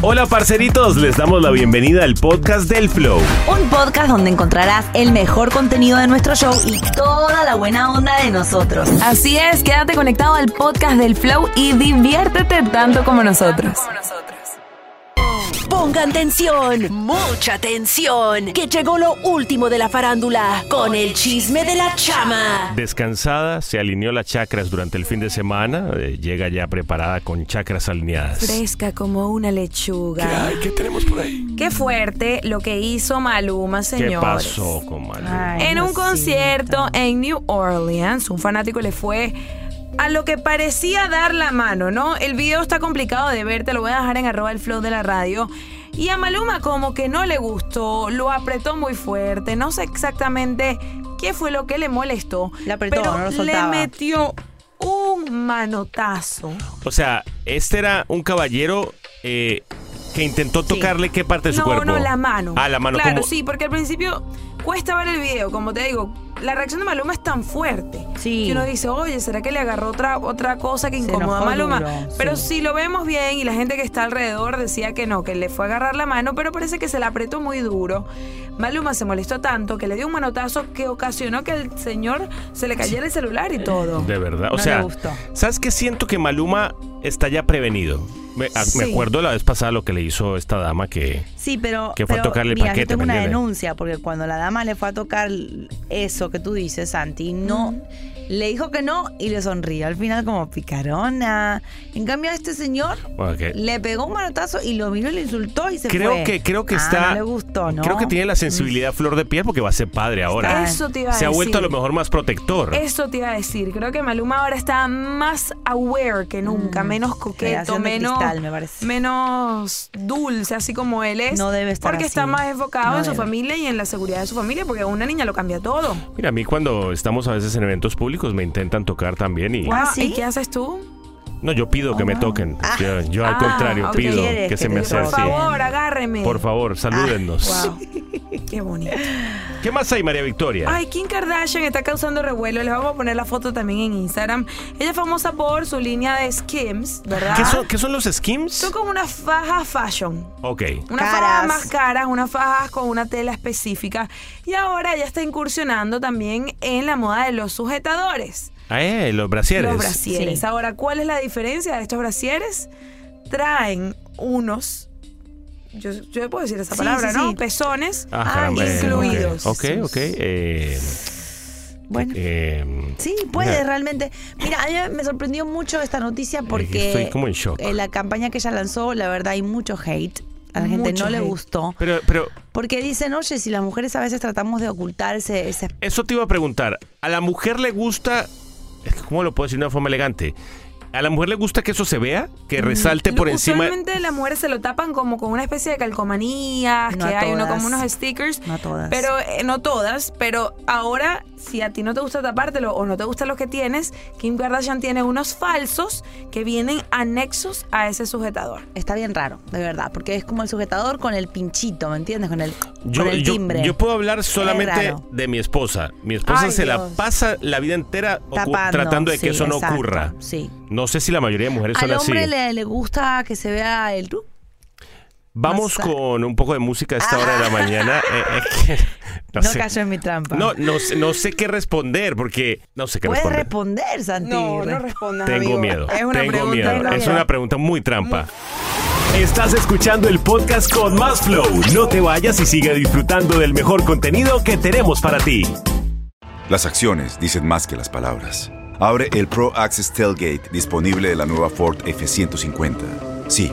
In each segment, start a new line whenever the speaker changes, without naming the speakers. Hola parceritos, les damos la bienvenida al podcast del Flow.
Un podcast donde encontrarás el mejor contenido de nuestro show y toda la buena onda de nosotros. Así es, quédate conectado al podcast del Flow y diviértete tanto como nosotros.
Pongan tensión, mucha tensión, que llegó lo último de la farándula con el chisme de la chama.
Descansada, se alineó las chakras durante el fin de semana, eh, llega ya preparada con chakras alineadas.
Fresca como una lechuga.
¿Qué tenemos por ahí?
Qué fuerte lo que hizo Maluma,
¿Qué
señores.
pasó Eh, con Maluma?
En un concierto en New Orleans, un fanático le fue a lo que parecía dar la mano, ¿no? El video está complicado de ver, te lo voy a dejar en arroba el flow de la radio. Y a Maluma como que no le gustó, lo apretó muy fuerte, no sé exactamente qué fue lo que le molestó,
Le apretó,
pero
no lo
le
soltaba.
metió un manotazo.
O sea, este era un caballero eh, que intentó tocarle qué parte de su
no,
cuerpo.
No, la mano.
Ah, la mano.
Claro,
como-
sí, porque al principio cuesta ver el video, como te digo. La reacción de Maluma es tan fuerte
Sí.
que uno dice, oye, ¿será que le agarró otra, otra cosa que
Se
incomoda a
enojó
Maluma?
duro,
pero
sí.
si lo vemos bien y la gente que está alrededor decía que no, que le fue a agarrar la mano, pero parece que se la apretó muy duro. Maluma se molestó tanto que le dio un manotazo que ocasionó que al señor se le cayera el celular y todo.
De verdad. O
No le
sea,
gustó.
¿sabes qué siento que Maluma está ya prevenido? Me, a- me
Sí.
acuerdo la vez pasada lo que le hizo esta dama que...
Sí, pero,
Que fue a
pero,
tocarle el
mira, yo
paquete,
tengo
¿me
una
entiendes?
denuncia, porque cuando la dama le fue a tocar eso que tú dices, Santi, no, le dijo que no y le sonrió al final como picarona. En cambio a este señor
bueno, que-
le pegó un manotazo y lo miró y le insultó y se
Eh. creo
fue.
que creo que
Ah,
está
no le gustó, ¿no?
creo que tiene la sensibilidad flor de piel porque va a ser padre ahora
Eso te iba a
se ha vuelto a lo
decir.
mejor más protector
Eso te iba a decir. Creo que Maluma ahora está más aware que nunca, menos coqueto,
Mm, generación de
menos,
cristal, me parece.
menos dulce, así como él es.
No debe estar
Porque está
así.
más enfocado
No
en su
debe.
familia y en la seguridad de su familia, porque una niña lo cambia todo.
mira a mí cuando estamos a veces en eventos públicos me intentan tocar también y
Ah,
Wow,
¿sí?
¿Y qué haces tú?
no yo pido que me toquen yo, yo al
Ah,
contrario
ok.
pido
¿Quieres
que
que
se
te
me
toque?
Por
acerque
favor, Ah, agárreme.
por favor salúdennos
Wow. Qué bonito.
qué más hay María Victoria
Ay, Kim Kardashian está causando revuelo. Les vamos a poner la foto también en Instagram. Ella es famosa por su línea de skims, ¿verdad?
¿Qué, son, qué son los skims
Son como unas fajas fashion.
ok
Unas
Caras.
fajas más caras, unas fajas con una tela específica. Y ahora ya está incursionando también en la moda de los sujetadores.
Ah, eh, los brasieres
Los brasieres. Ah,
Sí.
Ahora, ¿cuál es la diferencia de estos brasieres? Traen unos, yo, yo puedo decir esa
Sí,
palabra,
sí,
¿no?
sí.
Pezones
ah, caramba, eh, ok.
incluidos.
ok ok eh,
Bueno.
Eh,
Sí, puede,
una-
realmente. Mira, a mí me sorprendió mucho esta noticia porque
Eh, estoy como en shock.
eh, la campaña que ella lanzó, la verdad, hay mucho hate. A la gente
Mucho
no le
hate.
gustó.
Pero, pero
Porque dicen, oye, si las mujeres a veces tratamos de ocultarse ese...
eso te iba a preguntar. ¿A la mujer le gusta, es que cómo lo puedo decir de una forma elegante? ¿A la mujer le gusta que eso se vea?
Mm,
Que resalte por encima...
Usualmente las mujeres se lo tapan como con una especie de calcomanías,
No
que
a
hay uno
todas.
como unos stickers.
No todas.
Pero eh, no todas, pero ahora si a ti no te gusta tapártelo o no te gusta lo que tienes, Kim Kardashian tiene unos falsos que vienen anexos a ese sujetador.
Está bien raro, de verdad, porque es como el sujetador con el pinchito, ¿me entiendes? Con el,
Yo,
con el
yo-
timbre.
yo puedo hablar solamente
raro.
de mi esposa. Mi esposa
Ay,
se
Dios.
la pasa la vida entera ocu-
Tapando,
tratando de
sí,
que eso no
exacto,
ocurra.
sí.
No sé si la mayoría de mujeres
Al
son así.
hombre le, le gusta que se vea el...
Vamos
Masa-
con un poco de música a esta hora de la mañana. Eh, eh, que-
Ah. No, cayó en mi trampa.
No, no, sé- no sé qué responder porque no sé qué
Puedes
responder.
responder, Santi.
No, no
respondas,
Tengo miedo. Tengo miedo. Es una pregunta muy trampa.
Estás escuchando el podcast con más flow. No te vayas y sigue disfrutando del mejor contenido que tenemos para ti.
Las acciones dicen más que las palabras. Abre el Pro Access Tailgate disponible de la nueva Ford F-150. Sí,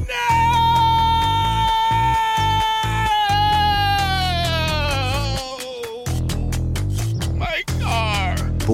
My car.
but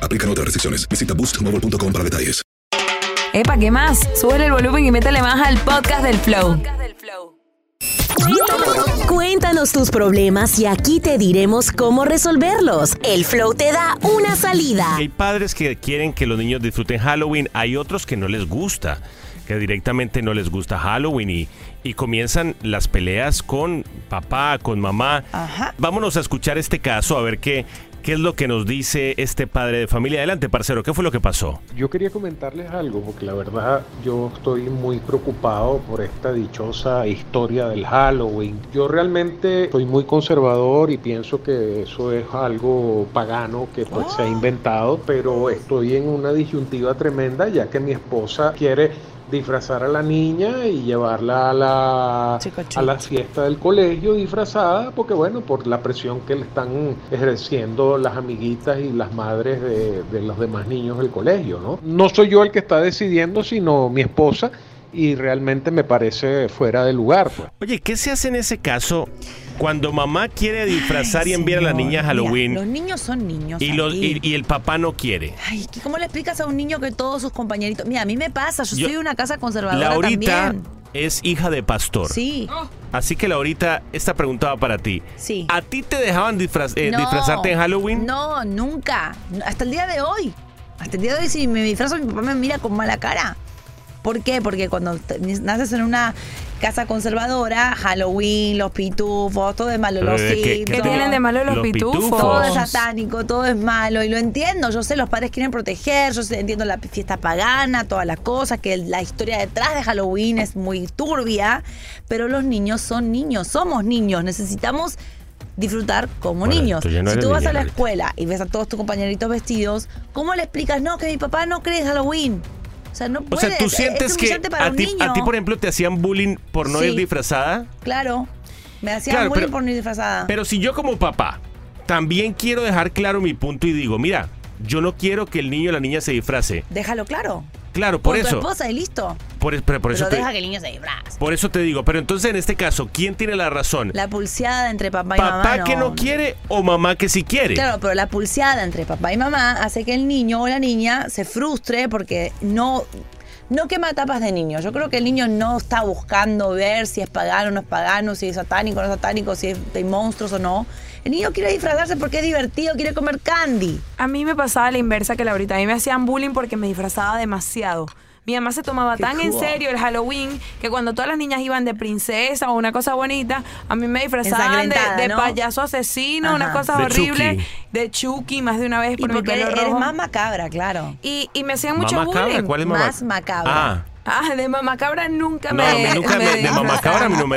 Aplican otras restricciones. Visita boostmobile.com para detalles.
Epa, ¿qué más? Sube el volumen y métele más al podcast del Flow.
Cuéntanos tus problemas y aquí te diremos cómo resolverlos. El Flow te da una salida.
Hay padres que quieren que los niños disfruten Halloween, hay otros que no les gusta, que directamente no les gusta Halloween y, y comienzan las peleas con papá, con mamá. Vámonos a escuchar este caso, a ver qué, qué es lo que nos dice este padre de familia. Adelante, parcero, ¿qué fue lo que pasó?
Yo quería comentarles algo, porque la verdad yo estoy muy preocupado por esta dichosa historia del Halloween. Yo realmente soy muy conservador y pienso que eso es algo pagano que pues, se ha inventado, pero estoy en una disyuntiva tremenda ya que mi esposa quiere disfrazar a la niña y llevarla a la, a la fiesta del colegio disfrazada, porque bueno, por la presión que le están ejerciendo las amiguitas y las madres de, de los demás niños del colegio, ¿no? No soy yo el que está decidiendo, sino mi esposa, y realmente me parece fuera de lugar, pues.
Oye, ¿qué se hace en ese caso cuando mamá quiere disfrazar y enviar a la niña a Halloween
Mira, los niños son niños.
y, los-
Santi.
y- y el papá no quiere?
Ay, ¿qué- ¿cómo le explicas a un niño que todos sus compañeritos... Mira, a mí me pasa, yo,
Yo-
soy de una casa conservadora
Laurita
también.
es hija de pastor.
Sí.
Así que Laurita, esta pregunta va para ti.
Sí.
¿A ti te dejaban disfraz- eh,
No,
disfrazarte en Halloween?
No, nunca. Hasta el día de hoy. Hasta el día de hoy, si me disfrazo, mi papá me mira con mala cara. ¿Por qué? Porque cuando te- naces en una casa conservadora, Halloween, los pitufos, todo es malo.
Pero
Los
es que-
hippies,
¿qué tienen de malo los Los pitufos? pitufos.
Todo es satánico, todo es malo. Y lo entiendo. Yo sé, los padres quieren proteger. Yo sé, entiendo la fiesta pagana, todas las cosas, que la historia detrás de Halloween es muy turbia. Pero los niños son niños, somos niños. Necesitamos disfrutar como
Bueno,
niños.
tú ya no
si
eres
tú vas
niña,
a la
Lolita.
escuela y ves a todos tus compañeritos vestidos, ¿cómo le explicas? No, que mi papá no cree en Halloween. O sea, no
O
puedes.
sea, ¿tú
es-
sientes
es
que
humillante para
a
un
ti,
niño.
a ti, por em- ejemplo, te hacían bullying por no
Sí.
ir disfrazada?
Claro. Me hacían
Claro,
bullying
pero-
por no ir disfrazada.
Pero si yo como papá también quiero dejar claro mi punto y digo, mira, yo no quiero que el niño o la niña se disfrace.
Déjalo claro.
Claro, por
Con tu
eso.
esposa y listo.
Por, es- pero por eso
Pero
te,
deja que el niño se disfrace.
por eso te digo, pero entonces en este caso, ¿quién tiene la razón?
La pulseada entre papá y mamá.
¿Papá que no quiere o mamá que sí quiere?
Claro, pero la pulseada entre papá y mamá hace que el niño o la niña se frustre porque no, no quema tapas de niño. Yo creo que el niño no está buscando ver si es pagano o no es pagano, si es satánico o no es satánico, si es de monstruos o no. El niño quiere disfrazarse porque es divertido, quiere comer candy.
A mí me pasaba la inversa que la ahorita. A mí me hacían bullying porque me disfrazaba demasiado. Mi mamá se tomaba
Qué
tan en
cool.
serio el Halloween que cuando todas las niñas iban de princesa o una cosa bonita, a mí me disfrazaban de,
Ensangrentada,
de
¿no?
payaso asesino,
Ajá.
unas cosas
De
horribles.
Chucky.
De Chucky, más de una vez
Y
por mi
porque
pelo
eres- eres
rojo.
más macabra, claro.
Y, y me hacían mucho
¿Mamá
bullying.
cabra? ¿Cuál es mamá?
Más macabra.
Ah.
Ah, de mamacabra nunca
No,
me.
a mí nunca me- de
disfrazaron.
mamacabra a mí no me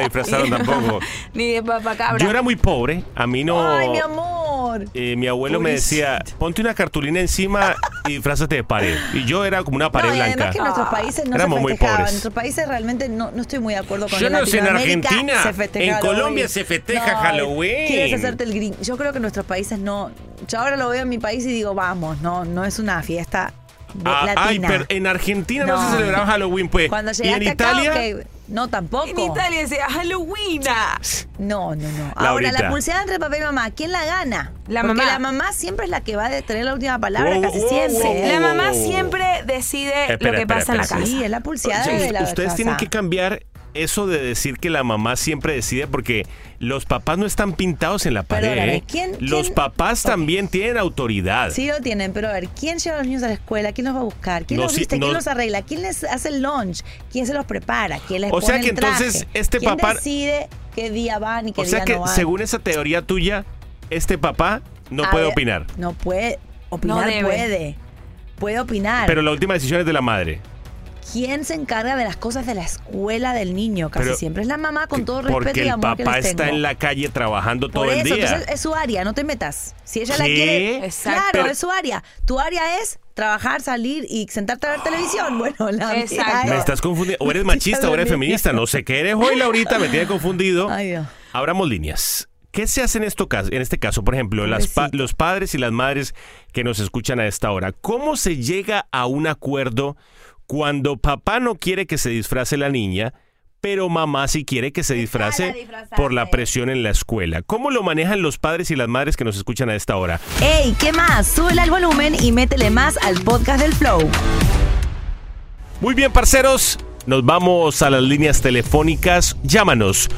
disfrazaron tampoco.
Ni de papacabra.
Yo era muy pobre, a mí no...
Ay, mi amor.
eh, mi abuelo me decía, ponte una cartulina encima y disfrázate de pared. Y yo era como una pared
No, y
blanca.
además que en nuestros países no
Éramos
se
muy
festejaban.
pobres.
En nuestros países realmente no, no estoy muy de acuerdo con
Yo
el
no sé, en
Latinoamérica
Argentina,
se festeja
en
Halloween.
Colombia se festeja Halloween.
Quieres hacerte el green. Yo creo que en nuestros países no. Yo ahora lo veo en mi país y digo, vamos, no, no es una fiesta de-
Ah,
latina.
ay, pero en Argentina no,
No.
se celebraba Halloween, pues.
Cuando
y en
llegaste acá,
Italia,
ok, no tampoco.
En Italia decía Halloween.
No, no, no. Ahora,
Laurita.
la pulseada entre papá y mamá, ¿quién la gana?
La
Porque
mamá.
la mamá siempre es la que va a tener la última palabra,
Wow,
casi
wow,
siempre.
wow, wow,
La mamá
wow.
siempre decide
oh, Espera,
lo que
espera,
pasa en la
espera,
casa.
espera.
Sí, es la pulseada
Sí,
de la
ustedes tienen
casa.
que cambiar eso de decir que la mamá siempre decide porque los papás no están pintados en la pared.
Perdóname,
¿eh?
¿quién-
los
quién-
papás también tienen autoridad.
Sí lo tienen, pero a ver, ¿quién lleva a los niños a la escuela? ¿Quién los va a buscar? ¿Quién
No,
los
sí,
viste? ¿Quién
no-
los arregla? ¿Quién les hace el lunch? ¿Quién se los prepara? ¿Quién les
O
pone
sea que
el traje?
entonces este
¿Quién
papá-
decide qué día van y qué
o sea
día
que
no van?
según esa teoría tuya, este papá no
A
puede
ver,
opinar.
No puede. Opinar
No debe.
puede. Puede opinar.
Pero la última decisión es de la madre.
¿Quién se encarga de las cosas de la escuela del niño? Casi
Pero-
siempre es la mamá con todo respeto
Porque
y
el
amor que
papá
les
está
tengo.
en la calle trabajando
Por
todo
eso,
el día.
entonces es su área, no te metas. Si ella la
¿Qué?
quiere,
Exacto.
claro,
Pero-
es su área. Tu área es trabajar, salir y sentarte a ver televisión. Bueno, la mía
Exacto.
Me estás confundiendo. O eres machista o eres feminista. No sé qué eres hoy, Laurita. Me tiene confundido.
Ay, Dios.
Abramos líneas. ¿Qué se hace en, esto cas- en este caso? Por ejemplo, las pa- los padres y las madres que nos escuchan a esta hora. ¿Cómo se llega a un acuerdo cuando papá no quiere que se disfrace la niña, pero mamá sí quiere que se disfrace por la presión en la escuela? ¿Cómo lo manejan los padres y las madres que nos escuchan a esta hora?
¡Ey! ¿Qué más? Súbele al volumen y métele más al podcast del Flow.
Muy bien, parceros. Nos vamos a las líneas telefónicas. Llámanos.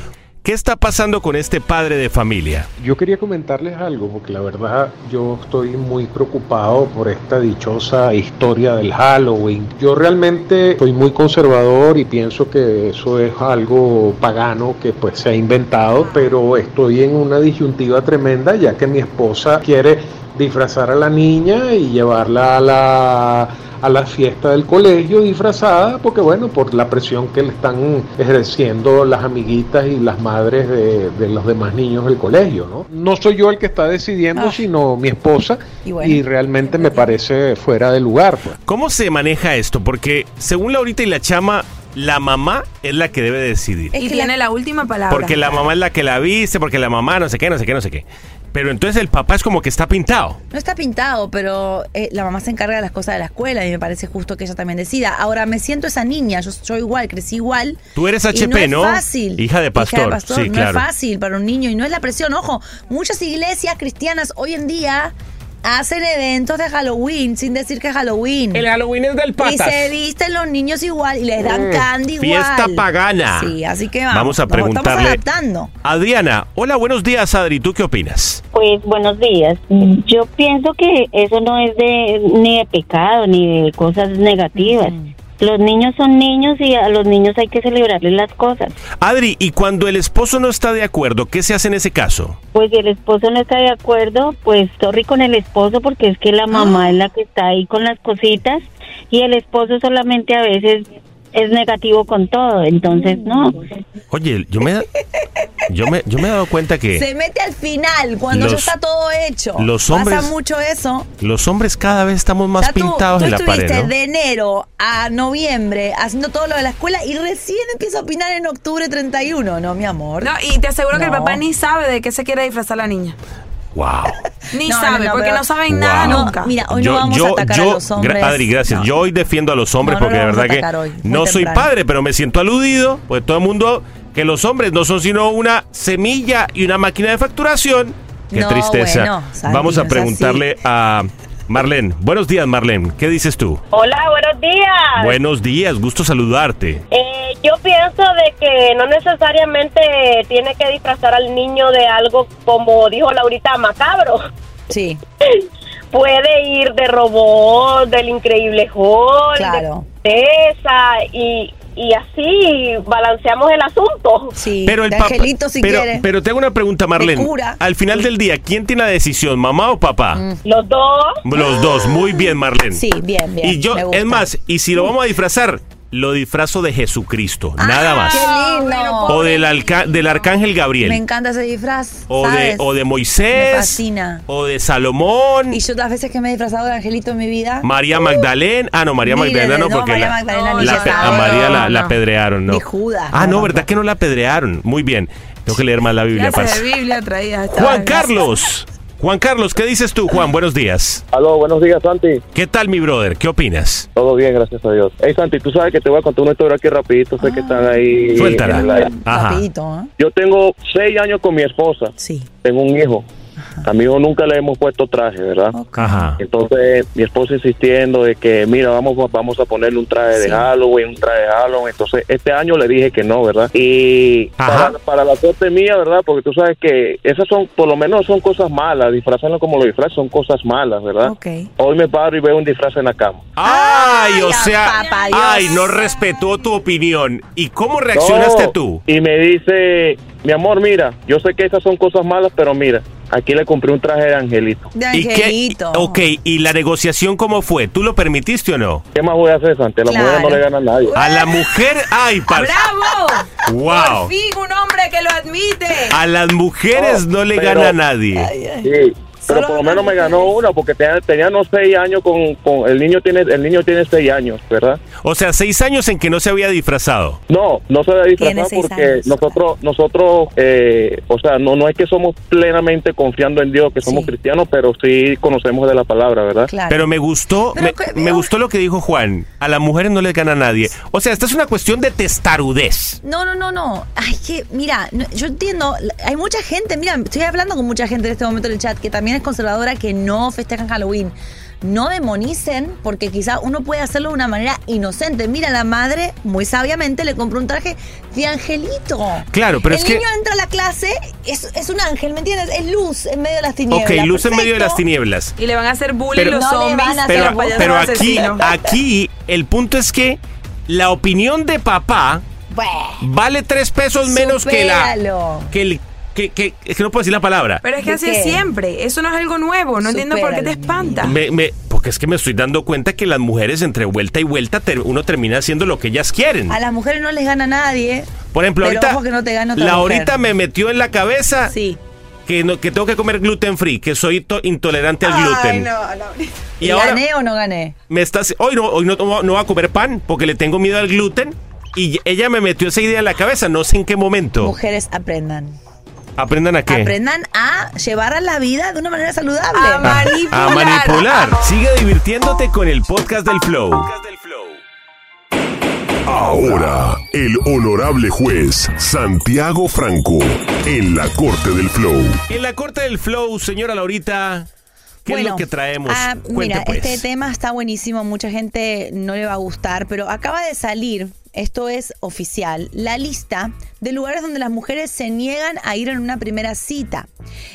¿Qué está pasando con este padre de familia?
Yo quería comentarles algo, porque la verdad yo estoy muy preocupado por esta dichosa historia del Halloween. Yo realmente soy muy conservador y pienso que eso es algo pagano que pues se ha inventado, pero estoy en una disyuntiva tremenda ya que mi esposa quiere disfrazar a la niña y llevarla a la a la fiesta del colegio disfrazada porque bueno por la presión que le están ejerciendo las amiguitas y las madres de, de los demás niños del colegio no no soy yo el que está decidiendo sino mi esposa y, realmente me parece fuera de lugar pues.
¿Cómo se maneja esto? Porque según Laurita y la chama, la mamá es la que debe decidir.
y tiene la última palabra.
Porque la mamá es la que la viste, porque la mamá no sé qué, no sé qué, no sé qué. Pero entonces el papá es como que está pintado.
No está pintado, pero eh, la mamá se encarga de las cosas de la escuela y me parece justo que ella también decida. Ahora me siento esa niña, yo, yo igual, crecí igual.
Tú eres
Y
HP,
no
¿no?
es fácil.
Hija de pastor, sí,
no
claro.
es fácil para un niño y no es la presión. Ojo, muchas iglesias cristianas hoy en día hacen eventos de Halloween sin decir que es Halloween.
El Halloween es del
Y
patas.
se visten los niños igual y les dan
Mm,
candy igual.
fiesta pagana.
Sí, así que vamos.
Vamos a
nos
preguntarle-
Estamos adaptando.
Adriana, hola, buenos días, Adri. ¿Tú qué opinas?
Pues buenos días. Yo pienso que eso no es de ni de pecado ni de cosas negativas. Los niños son niños y a los niños hay que celebrarles las cosas.
Adri, ¿y cuando el esposo no está de acuerdo, qué se hace en ese caso?
Pues si el esposo no está de acuerdo, pues sorry con el esposo porque es que la mamá es la que está ahí con las cositas y el esposo solamente a veces es negativo con todo, entonces no.
Oye, yo me, yo me, yo me he dado cuenta que...
Se mete al final, cuando ya
Los-
está todo hecho.
los hombres-
Pasa mucho eso.
Los hombres cada vez estamos
O
más
sea, tú,
pintados
tú
en la
estuviste
pared. ¿no?
de enero a noviembre haciendo todo lo de la escuela y recién empieza a opinar en octubre 31, ¿no, mi amor?
No, y te aseguro que el
No.
papá ni sabe de qué se quiere disfrazar la niña.
Wow.
Ni sabe, porque no saben nada
Wow.
nunca.
Mira, hoy
yo,
no vamos
yo,
a atacar
yo-
a los hombres.
gra- Adri, gracias. Yo hoy defiendo a los hombres
No, no
porque
lo
de
vamos a
verdad que
atacar hoy, muy
no soy
temprano.
padre, pero me siento aludido, pues todo el mundo, que los hombres no son sino una semilla y una máquina de facturación. Qué
No,
tristeza.
bueno, Sandy,
Vamos
no
a
es así.
preguntarle a Marlene. Buenos días, Marlene. ¿Qué dices tú?
Hola, buenos días.
Buenos días, gusto saludarte.
Eh, yo pienso de que no necesariamente tiene que disfrazar al niño de algo como dijo Laurita, macabro.
Sí.
Puede ir de robot, del increíble Hulk,
Claro.
de esa y, y así balanceamos el asunto.
Sí,
Pero el papá- pero, pero te hago una pregunta, Marlene.
cura.
Al final del día, ¿quién tiene la decisión, mamá o papá?
Los dos.
Los dos, muy bien, Marlene.
Mm. Sí, bien, bien.
Y yo,
me gusta.
es más, y si lo vamos a disfrazar, lo disfrazo de Jesucristo, nada
Ah, Qué
más.
lindo.
O del, alca- del arcángel
Me
Gabriel.
encanta ese disfraz.
O de,
¿sabes?
o de
Me
Moisés.
fascina.
O de Salomón.
Y yo las veces que me he disfrazado de angelito en mi vida.
María Magdalena. Ah, no, María
Ni de-
Magdalena no,
no,
porque
María
la,
Magdalena ni
la
Jesús.
pe- a María la, la
No.
apedrearon, ¿no?
Ni Judas,
Ah,
no,
no, ¿verdad que no la apedrearon? Muy bien. Tengo que leer más la Biblia,
Clase
parce.
de Biblia traída.
Juan Carlos. Juan Carlos, ¿qué dices tú, Juan? Buenos días.
Aló, buenos días, Santi.
¿Qué tal, mi brother? ¿Qué opinas?
Todo bien, gracias a Dios. Hey, Santi, tú sabes que te voy a contar una historia aquí rapidito, sé que están ahí.
Suéltala.
en el aire.
Ajá.
¿eh?
Yo tengo seis años con mi esposa.
Sí.
Tengo un hijo. A mi hijo nunca le hemos puesto traje, ¿verdad?
Ajá.
Entonces, mi esposa insistiendo de que, mira, vamos, vamos a ponerle un traje de
Sí.
Halloween, un traje de Halloween. Entonces, este año le dije que no, ¿verdad? Y
Ajá.
para, para la suerte mía, ¿verdad? Porque tú sabes que esas son, por lo menos son cosas malas. Disfrazarlo como lo disfrazan son cosas malas, ¿verdad? Hoy me paro y veo un disfraz en la cama.
Ay, o sea, ay, no respetó tu opinión. ¿Y cómo reaccionaste
No.
tú?
Y me dice, mi amor, mira, yo sé que esas son cosas malas, pero mira, aquí le compré un traje de angelito.
De
¿Y qué-
angelito.
ok, ¿y la negociación cómo fue? ¿Tú lo permitiste o no?
¿Qué más voy a hacer, Santi? A la mujer no
Claro.
le gana a nadie.
A la mujer, ay, par-
¡Bravo!
wow.
Por fin un hombre que lo admite.
A las mujeres no, le
pero-
gana a nadie.
Sí, pero por lo menos me ganó una, porque tenía, tenía unos seis años con, con- el niño tiene el niño tiene seis años, ¿verdad?
O sea, seis años en que no se había disfrazado.
No, no se había disfrazado
seis
porque nosotros, nosotros, eh, o sea, no, no es que somos plenamente confiando en Dios, que somos cristianos, pero sí conocemos de la palabra, ¿verdad?
Pero me gustó, me, me gustó lo que dijo Juan. A las mujeres no les gana a nadie. O sea, esta es una cuestión de testarudez.
No, no, no, no. Ay, que, mira, no- yo entiendo, la- hay mucha gente, mira, estoy hablando con mucha gente en este momento en el chat que también es conservadora, que no festejan Halloween. No demonicen, porque quizá uno puede hacerlo de una manera inocente. Mira, la madre, muy sabiamente, le compró un traje de angelito.
Claro, pero
el
es que-
niño entra a la clase, es, es un ángel, ¿me entiendes? Es luz en medio de las tinieblas.
ok, luz en medio de las tinieblas.
Y le van a hacer bullying
Pero-
los
No le van a
zombies.
hacer
pero,
payaso
pero aquí,
asesino.
aquí el punto es que la opinión de papá vale tres pesos menos que la
Supéralo.
que el que, que- es que no puedo decir la palabra.
Pero es que
¿De
así es
qué?
siempre. Eso no es algo nuevo. No entiendo por qué te espanta.
Me- me- porque es que me estoy dando cuenta que las mujeres entre vuelta y vuelta ter- uno termina haciendo lo que ellas quieren.
A las mujeres no les gana nadie.
Por ejemplo,
Pero
ahorita
ojo que no te gana otra
la
mujer.
ahorita me metió en la cabeza que no, que tengo que comer gluten free, que soy to- intolerante al gluten. Y ahora
¿Gané o no gané?
me estás hoy no hoy no tomo- no voy a comer pan porque le tengo miedo al gluten y ella me metió esa idea en la cabeza, no sé en qué momento.
Mujeres aprendan.
Aprendan a qué.
aprendan a llevar a la vida de una manera saludable.
Ah, Eh. A manipular. Sigue divirtiéndote con el podcast del Flow.
Ahora, el honorable juez Santiago Franco en la Corte del Flow.
En la corte del Flow, señora Laurita, ¿qué es
Bueno,
lo que traemos?
ah,
Cuente,
mira,
pues.
este tema está buenísimo, mucha gente no le va a gustar, pero acaba de salir, esto es oficial, la lista de lugares donde las mujeres se niegan a ir en una primera cita.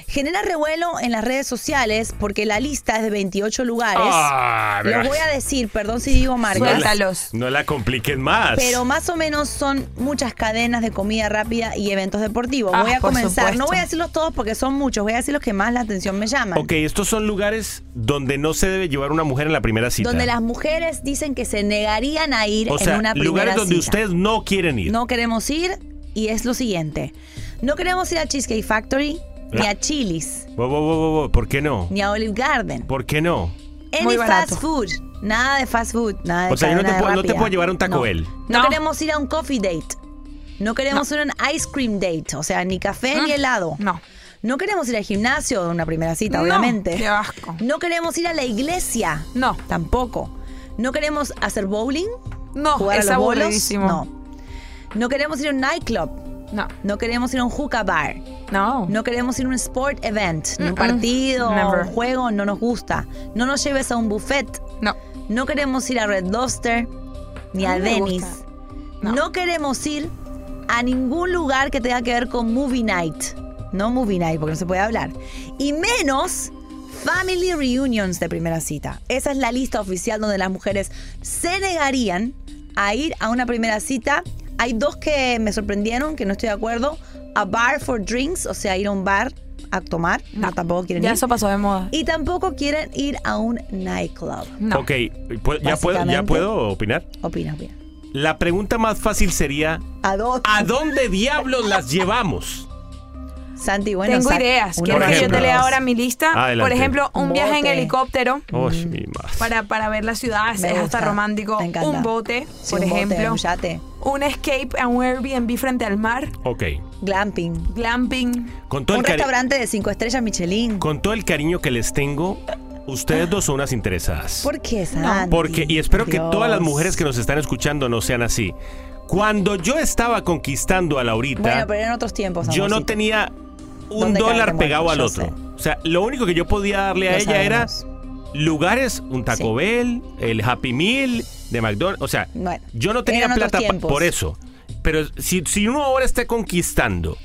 Genera revuelo en las redes sociales porque la lista es de 28 lugares.
Ah,
Los
verás.
voy a decir, perdón si digo marcas.
No la, no la compliquen más.
Pero más o menos son muchas cadenas de comida rápida y eventos deportivos.
Ah,
voy a
por
comenzar, no
supuesto.
voy a decirlos todos porque son muchos, voy a decir los que más la atención me llaman.
Ok, estos son lugares donde no se debe llevar una mujer en la primera cita.
Donde las mujeres dicen que se negarían a ir
o sea,
en una primera
lugares donde
cita.
ustedes no quieren ir.
No queremos ir y es lo siguiente. No queremos ir a Cheesecake Factory, ni a Chili's,
Bo, bo, bo, bo, bo, ¿Por qué no?
ni a Olive Garden.
¿Por qué no?
Any
Muy barato.
fast food. Nada de fast food, nada de
O sea, yo no te,
Ah, cadena de
puedo, no te
rápida.
puedo llevar a un Taco
No.
Bell.
No, queremos ir a un
Mm.
coffee date. No queremos ir a un ice cream date. O sea, ni café ni helado. No. No queremos ir al gimnasio en una primera cita, obviamente.
qué asco.
No queremos ir a la iglesia. No. Tampoco. No queremos hacer bowling.
No,
jugar
es
a los bolos.
aburridísimo.
No. No queremos ir a un nightclub. No. No queremos ir a un hookah bar. No. No queremos ir a un sport event, ni un
Mm-mm.
partido,
Never.
un juego, no nos gusta. No nos lleves a un buffet. No. No queremos ir a Red Lobster, ni
A
a,
mí me
Denny's.
gusta.
No. queremos ir a ningún lugar que tenga que ver con movie night. No movie night, porque no se puede hablar. Y menos family reunions de primera cita. Esa es la lista oficial donde las mujeres se negarían a ir a una primera cita. Hay dos que me sorprendieron, que no estoy de acuerdo. A bar for drinks, o sea, ir a un bar a tomar. No, tampoco quieren
Mm. Ya
ir.
eso pasó de moda.
Y tampoco quieren ir a un nightclub.
Ok, ¿pu- ¿ya puedo, ¿ya
Básicamente.
puedo opinar?
Opina, opina.
La pregunta más fácil sería,
¿A dónde?
¿a dónde diablos las llevamos?
Santi, bueno,
Tengo
sac-
ideas.
Por
¿Quieres que yo te
ejemplo.
lea ahora mi lista?
Adelante.
Por ejemplo, un viaje en
Bote.
helicóptero
Mm.
Uy, mi madre.
para, para ver la ciudad. Es
Me gusta.
hasta romántico.
Me encanta.
Un bote,
Sí,
por
un bote,
ejemplo.
un yate.
Un escape a un Airbnb frente al mar.
Ok,
Glamping.
Glamping.
con todo, el
un
cari-
restaurante de cinco estrellas Michelin.
con todo el cariño que les tengo, ustedes dos son unas interesadas.
¿Por qué, Santi?
Porque, y espero que
Dios.
todas las mujeres que nos están escuchando no sean así. Cuando yo estaba conquistando a Laurita,
Bueno, pero eran otros tiempos.
yo no
amorcito.
tenía un
¿Dónde
dólar
caerte
pegado al
muerto?
otro.
Yo
O sea, lo único que yo podía darle a
Lo
ella era lugares, un Taco Bell, el Happy Meal de McDonald's. O sea,
Bueno,
yo no tenía
eran otros
plata pa-
tiempos.
por eso. Pero si, si uno ahora está conquistando,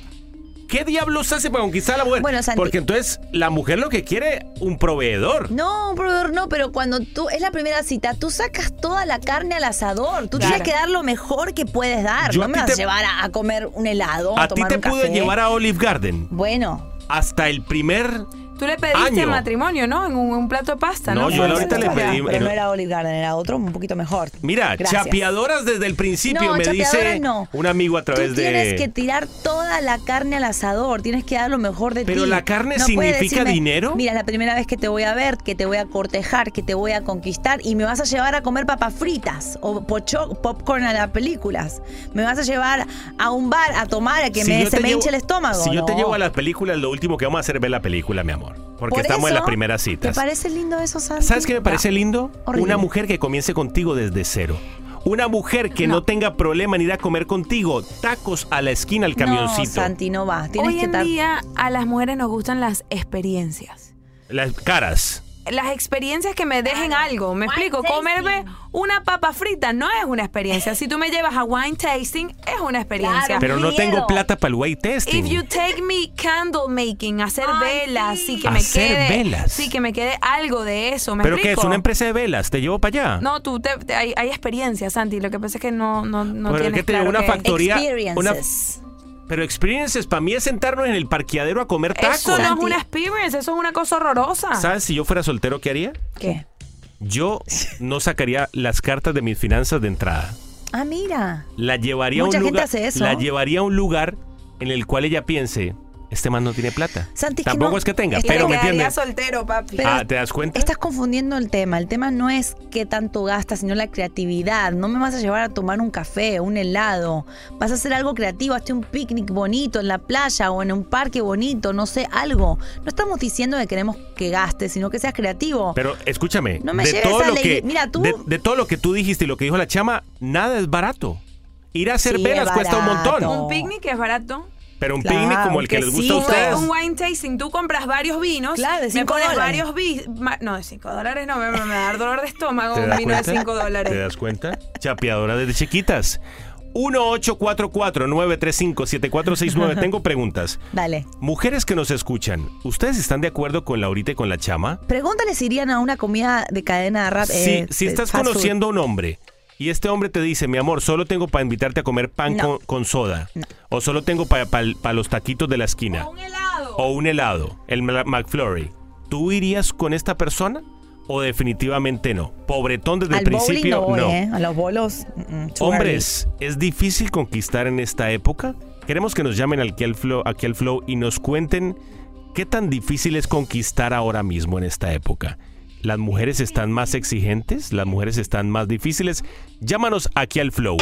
¿qué diablos hace para conquistar a la mujer?
Bueno, Santi.
Porque entonces la mujer lo que quiere un proveedor.
No, brother, no, pero cuando tú es la primera cita, tú sacas toda la carne al asador. Tú tienes que dar lo mejor que puedes dar.
Yo a
no me
ti
vas a
te-
llevar a, a comer un helado, a,
a ti
tomar
te
un
pude
café.
llevar a Olive Garden
Bueno,
hasta el primer
Tú le pediste
Año.
matrimonio, ¿no? En un, un plato de pasta, ¿no?
No, yo
Bueno,
ahorita le
pero-
pedí-
Pero
el-
no era Olive Garden, era otro un poquito mejor.
Mira,
Gracias.
chapeadoras desde el principio,
No,
me dice
chapeadoras no.
un amigo a través
Tú tienes
de...
que tirar toda la carne al asador, tienes que dar lo mejor de ti.
Pero la carne
puedes
significa dinero.
Mira, es la primera vez que te voy a ver, que te voy a cortejar, que te voy a conquistar y me vas a llevar a comer papas fritas o pocho- popcorn a las películas. Me vas a llevar a un bar a tomar, a que
Si
me,
yo
se
te
me
llevo-
hinche el estómago.
Si yo te
No.
llevo a las películas, lo último que vamos a hacer es ver la película, mi amor. Porque
Por
estamos
eso,
en las primeras citas.
¿Te parece lindo eso, Santi?
¿Sabes qué me parece
No.
lindo?
Horrible.
Una mujer que comience contigo desde cero. Una mujer que no, tenga problema en ir a comer contigo. Tacos a la esquina al camioncito.
No, Santi, no va. Tienes
Hoy
que
en
tar-
día a las mujeres nos gustan las experiencias.
Las caras.
Las experiencias que me dejen algo. Me explico, comerme una papa frita no es una experiencia. Si tú me llevas a wine tasting, es una experiencia.
Pero no tengo plata para el white testing.
If you take me candle making, hacer velas, sí que me
Hacer
quede.
velas.
Sí que me quede algo de eso. ¿Me
¿Pero qué
explico?
es? ¿Una empresa de velas? ¿Te llevo para allá?
No, tú te, te- hay, hay experiencias, Santi. Lo que pasa es que no, no, no
Pero es
tienes
que te llevo
claro
una
qué-
factoría, una- Pero experiences para mí es sentarnos en el parqueadero a comer tacos.
Eso no es una experience, eso es una cosa horrorosa.
¿Sabes si yo fuera soltero qué haría?
¿Qué?
Yo no sacaría las cartas de mis finanzas de entrada.
Ah, mira.
La llevaría
Mucha
a un
gente
lugar.
hace eso.
La llevaría a un lugar en el cual ella piense, este man no tiene plata.
Santi, es que
Tampoco
no-
es que tenga,
es que
pero
te
me
quedaría
entiendes.
soltero, papi.
Pero-
ah, ¿te das cuenta?
Estás confundiendo el tema. El tema no es qué tanto gastas, sino la creatividad. No me vas a llevar a tomar un café, un helado. Vas a hacer algo creativo, hazte un picnic bonito en la playa o en un parque bonito, no sé, algo. No estamos diciendo que queremos que gastes, sino que seas creativo.
Pero escúchame,
No me
de
lleves
todo
a
lo
la
que
iglesia. Mira, tú-
de, de todo lo que tú dijiste y lo que dijo la chama, nada es barato. Ir a hacer
Sí,
velas
es
cuesta un montón,
Un picnic es barato.
pero un
Claro,
picnic como el que les gusta a ustedes.
Un wine tasting, tú compras varios vinos.
Claro, de
me
cinco
pones
dólares.
varios vi- ma- No, de 5 dólares no, me, me va a dar dolor de estómago
¿Te
un
das
vino de
cuenta?
5
¿Te
dólares.
das cuenta? Chapeadora desde chiquitas. 1-844-935-7469. Tengo preguntas.
Dale.
Mujeres que nos escuchan, ¿ustedes están de acuerdo con Laurita y con la chama?
Pregúntale si irían a una comida de cadena rap.
si,
eh,
si
eh,
estás
fast food.
conociendo a un hombre y este hombre te dice, mi amor, solo tengo para invitarte a comer pan
No.
con, con soda. O solo tengo para los taquitos de la esquina. O un helado. el Mla- McFlurry. ¿Tú irías con esta persona? ¿O definitivamente no? Pobretón desde
Al
el
bowling
principio,
no voy,
no.
¿eh? A los bolos. mm, mm, too
Hombres, ¿es difícil conquistar en esta época? Queremos que nos llamen aquí al, flow, aquí al Flow y nos cuenten qué tan difícil es conquistar ahora mismo en esta época. ¿Las mujeres están más exigentes? ¿Las mujeres están más difíciles? Llámanos aquí al Flow.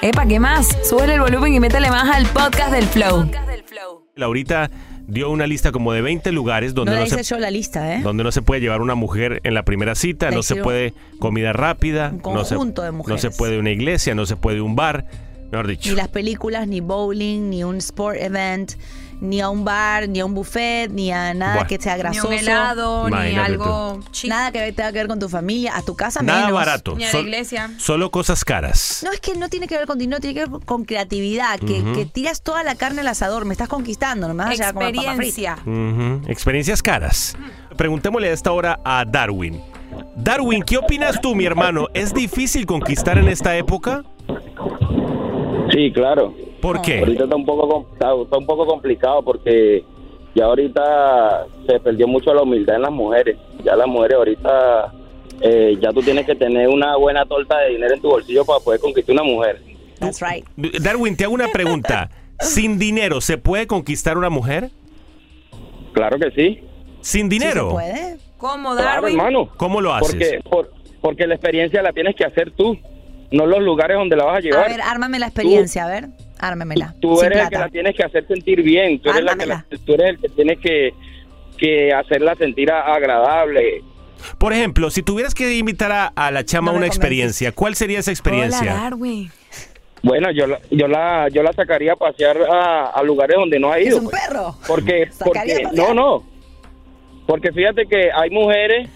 Epa, ¿qué más? Sube el volumen y métele más al podcast del Flow.
Laurita, dio una lista como de 20 lugares
No
donde
la
no,
hice
se,
yo la lista, ¿eh?
donde no se puede llevar una mujer en la primera cita,
La
no se
hicieron
puede comida rápida, no se,
conjunto de
no
mujeres.
se puede una iglesia, no se puede un bar, mejor dicho.
Ni las películas, ni bowling, ni un sport event, ni a un bar, ni a un buffet, ni a nada
Bueno.
que sea
Ni un
grasoso.
helado,
ni Imagínate algo
Nada que tenga que ver con tu familia, a tu casa
Nada
menos.
barato. sol- Solo cosas caras.
No, es que no tiene que ver con dinero, tiene que ver con creatividad, que,
Ujú.
que tiras toda la carne al asador, me estás conquistando, nomás allá como
Experiencia.
Ujú, Experiencias caras. Preguntémosle a esta hora a Darwin. Darwin, ¿qué opinas tú, mi hermano? ¿Es difícil conquistar en esta época?
Sí, claro.
¿Por qué?
Ahorita está un poco com- está, está un poco complicado porque ya ahorita se perdió mucho la humildad en las mujeres. Ya las mujeres ahorita eh, ya tú tienes que tener una buena torta de dinero en tu bolsillo para poder conquistar una mujer.
That's right.
Darwin, te hago una pregunta. ¿Sin dinero se puede conquistar una mujer?
Claro que sí.
¿Sin dinero?
puede?
¿Cómo,
Claro,
Darwin?
hermano.
¿Cómo lo haces?
Porque, por- porque la experiencia la tienes que hacer tú, no los lugares donde la vas a
A
llevar.
ver, ármame la experiencia, a ver, ármemela.
tú
sin
eres el que
plata.
la tienes que hacer sentir bien, tú eres, la que la- tú eres el que tienes que, que hacerla sentir a- agradable.
Por ejemplo, si tuvieras que invitar a, a la chama a una experiencia, ¿cuál sería esa experiencia?
Darwin.
Bueno, yo la, yo la, yo la sacaría a pasear a, a lugares donde no ha ido. pues.
perro.
Porque,
Sacaría
porque
a pasear.
no, no. Porque fíjate que hay mujeres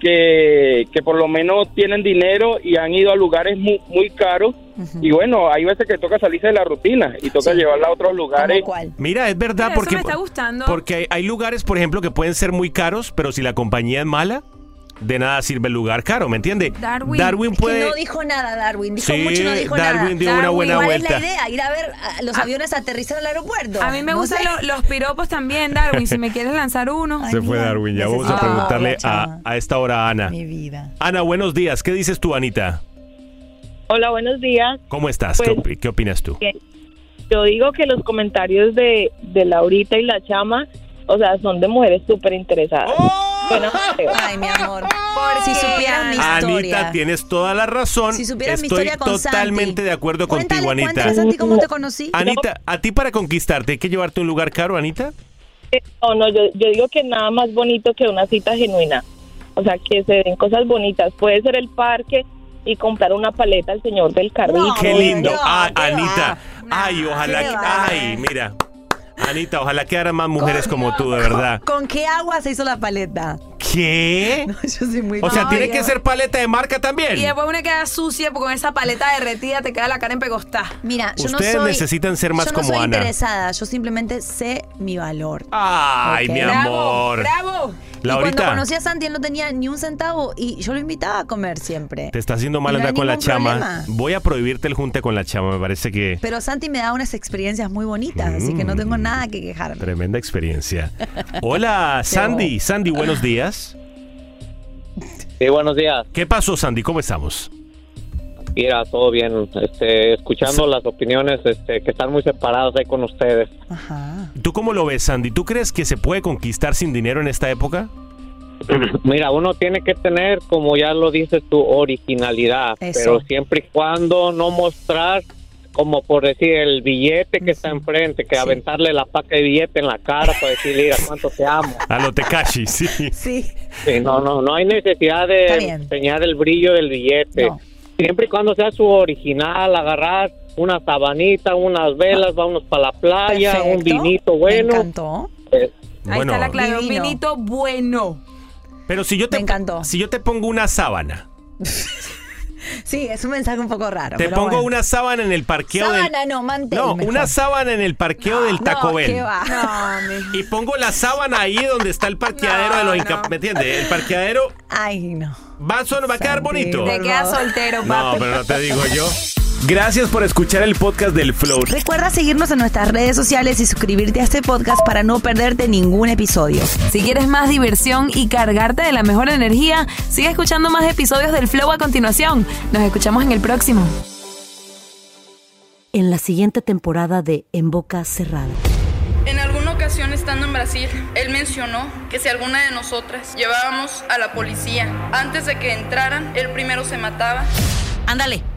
que, que por lo menos tienen dinero y han ido a lugares muy, muy caros. Y bueno, hay veces que toca salirse de la rutina y toca llevarla a otros lugares.
Mira, es verdad
Mira,
porque
eso me está gustando.
porque hay, hay lugares, por ejemplo, que pueden ser muy caros, pero si la compañía es mala, de nada sirve el lugar caro, ¿me entiende?
Darwin, Es que
puede
no dijo nada, Darwin. Dijo
Sí,
mucho y no dijo nada.
Darwin dio una buena
¿Cuál
vuelta. Ah.
es la idea? Ir a ver a los aviones aterrizar al aeropuerto.
A mí me
No
gustan
sé.
lo- los piropos también, Darwin. Si me quieres lanzar uno.
Se fue Darwin, ya vamos a
necesito-
preguntarle
Ah,
a, a esta hora a Ana.
Mi vida.
Ana, buenos días. ¿Qué dices tú, Anita?
Hola, buenos días.
¿Cómo estás? ¿Qué,
Pues-
opi- qué opinas tú?
Bien. Yo digo que los comentarios de, de Laurita y la chama, o sea, son de mujeres súper interesadas.
¡Oh!
Bueno,
Ay, mi amor. si supieras mi historia.
Anita, tienes toda la razón.
Si supieras mi
Estoy
historia con
totalmente de acuerdo contigo, Anita.
Cuéntale, Santi, cómo te conocí.
Anita, a ti para conquistarte hay que llevarte a un lugar caro, Anita.
Eh, no, no, yo, yo digo que nada más bonito que una cita genuina. O sea, que se den cosas bonitas. Puede ser el parque y comprar una paleta al señor del carrito.
qué lindo. Ah, Anita. Ay,
qué
ojalá. que-
va.
ay, mira. Anita, ojalá quedaran más mujeres como tú, de verdad.
¿Con qué agua se hizo la paleta?
¿Qué?
No, yo soy muy
O sea,
No,
tiene
yo-
que ser paleta de marca también.
Y después una queda sucia porque con esa paleta derretida te queda la cara en pegostá.
Mira, yo no
Ustedes
soy-
necesitan ser más
yo no
como
soy
Ana.
interesada, yo simplemente sé mi valor.
Ay,
Ok.
mi amor.
¡Bravo! Y
Laurita.
cuando conocí a Santi, él no tenía ni un centavo y yo lo invitaba a comer siempre.
Te está haciendo mal
No
andar
hay
con la
ningún
chama.
problema.
Voy a prohibirte el junte con la chama. Me parece que
Pero Santi me da unas experiencias muy bonitas, así que no tengo
Mm.
nada que quejarme.
tremenda experiencia. Hola,
Pero-
Sandy. Sandy, buenos días.
Sí, buenos días.
¿Qué pasó, Sandy? ¿Cómo estamos?
Mira, todo bien. Este, escuchando las opiniones este, que están muy separadas ahí con ustedes.
¿Tú cómo lo ves, Sandy? ¿Tú crees que se puede conquistar sin dinero en esta época?
Mira, uno tiene que tener, como ya lo dices tu originalidad,
Eso.
pero siempre y cuando no mostrar, como por decir, el billete que está enfrente, que aventarle la paca de billete en la cara para decirle, mira, cuánto te amo.
A lo Tekashi, sí.
Sí.
Sí, no, no, no hay necesidad de
Está bien.
enseñar el brillo del billete. Siempre y cuando sea su original, agarrar una sabanita, unas velas, vamos para la playa, un vinito bueno. Eh,
Ahí
Bueno,
está la clave. Un
Divino.
vinito bueno.
pero si yo te si yo te pongo una sábana,
Sí, es un mensaje un poco raro.
te
pero
pongo
bueno.
una sábana en el parqueo del
Sábana, no, mantel.
No,
mejor.
una sábana en el parqueo del Taco
No,
Bell.
¿qué va?
Y pongo la sábana ahí donde está el parqueadero de los inca- ¿me entiendes? El parqueadero
Ay, no.
va a, son- va a quedar bonito.
Te quedas soltero,
No,
papi.
pero no te digo yo.
Gracias por escuchar el podcast del Flow.
Recuerda seguirnos en nuestras redes sociales y suscribirte a este podcast para no perderte ningún episodio.
Si quieres más diversión y cargarte de la mejor energía, sigue escuchando más episodios del Flow a continuación. Nos escuchamos en el próximo.
En la siguiente temporada de En Boca Cerrada.
En alguna ocasión estando en Brasil, él mencionó que si alguna de nosotras llevábamos a la policía antes de que entraran, él primero se mataba.
Ándale,